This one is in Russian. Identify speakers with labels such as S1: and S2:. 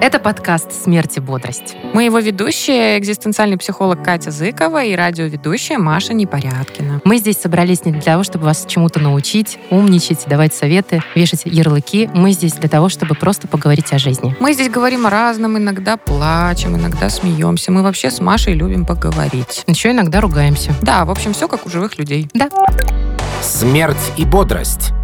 S1: Это подкаст «Смерть и бодрость».
S2: Мы его ведущие, экзистенциальный психолог Катя Зыкова и радиоведущая Маша Непорядкина.
S1: Мы здесь собрались не для того, чтобы вас чему-то научить, умничать, давать советы, вешать ярлыки. Мы здесь для того, чтобы просто поговорить о жизни.
S2: Мы здесь говорим о разном, иногда плачем, иногда смеемся. Мы вообще с Машей любим поговорить.
S1: Еще иногда ругаемся.
S2: Да, в общем, все как у живых людей.
S1: Да.
S3: Смерть и бодрость.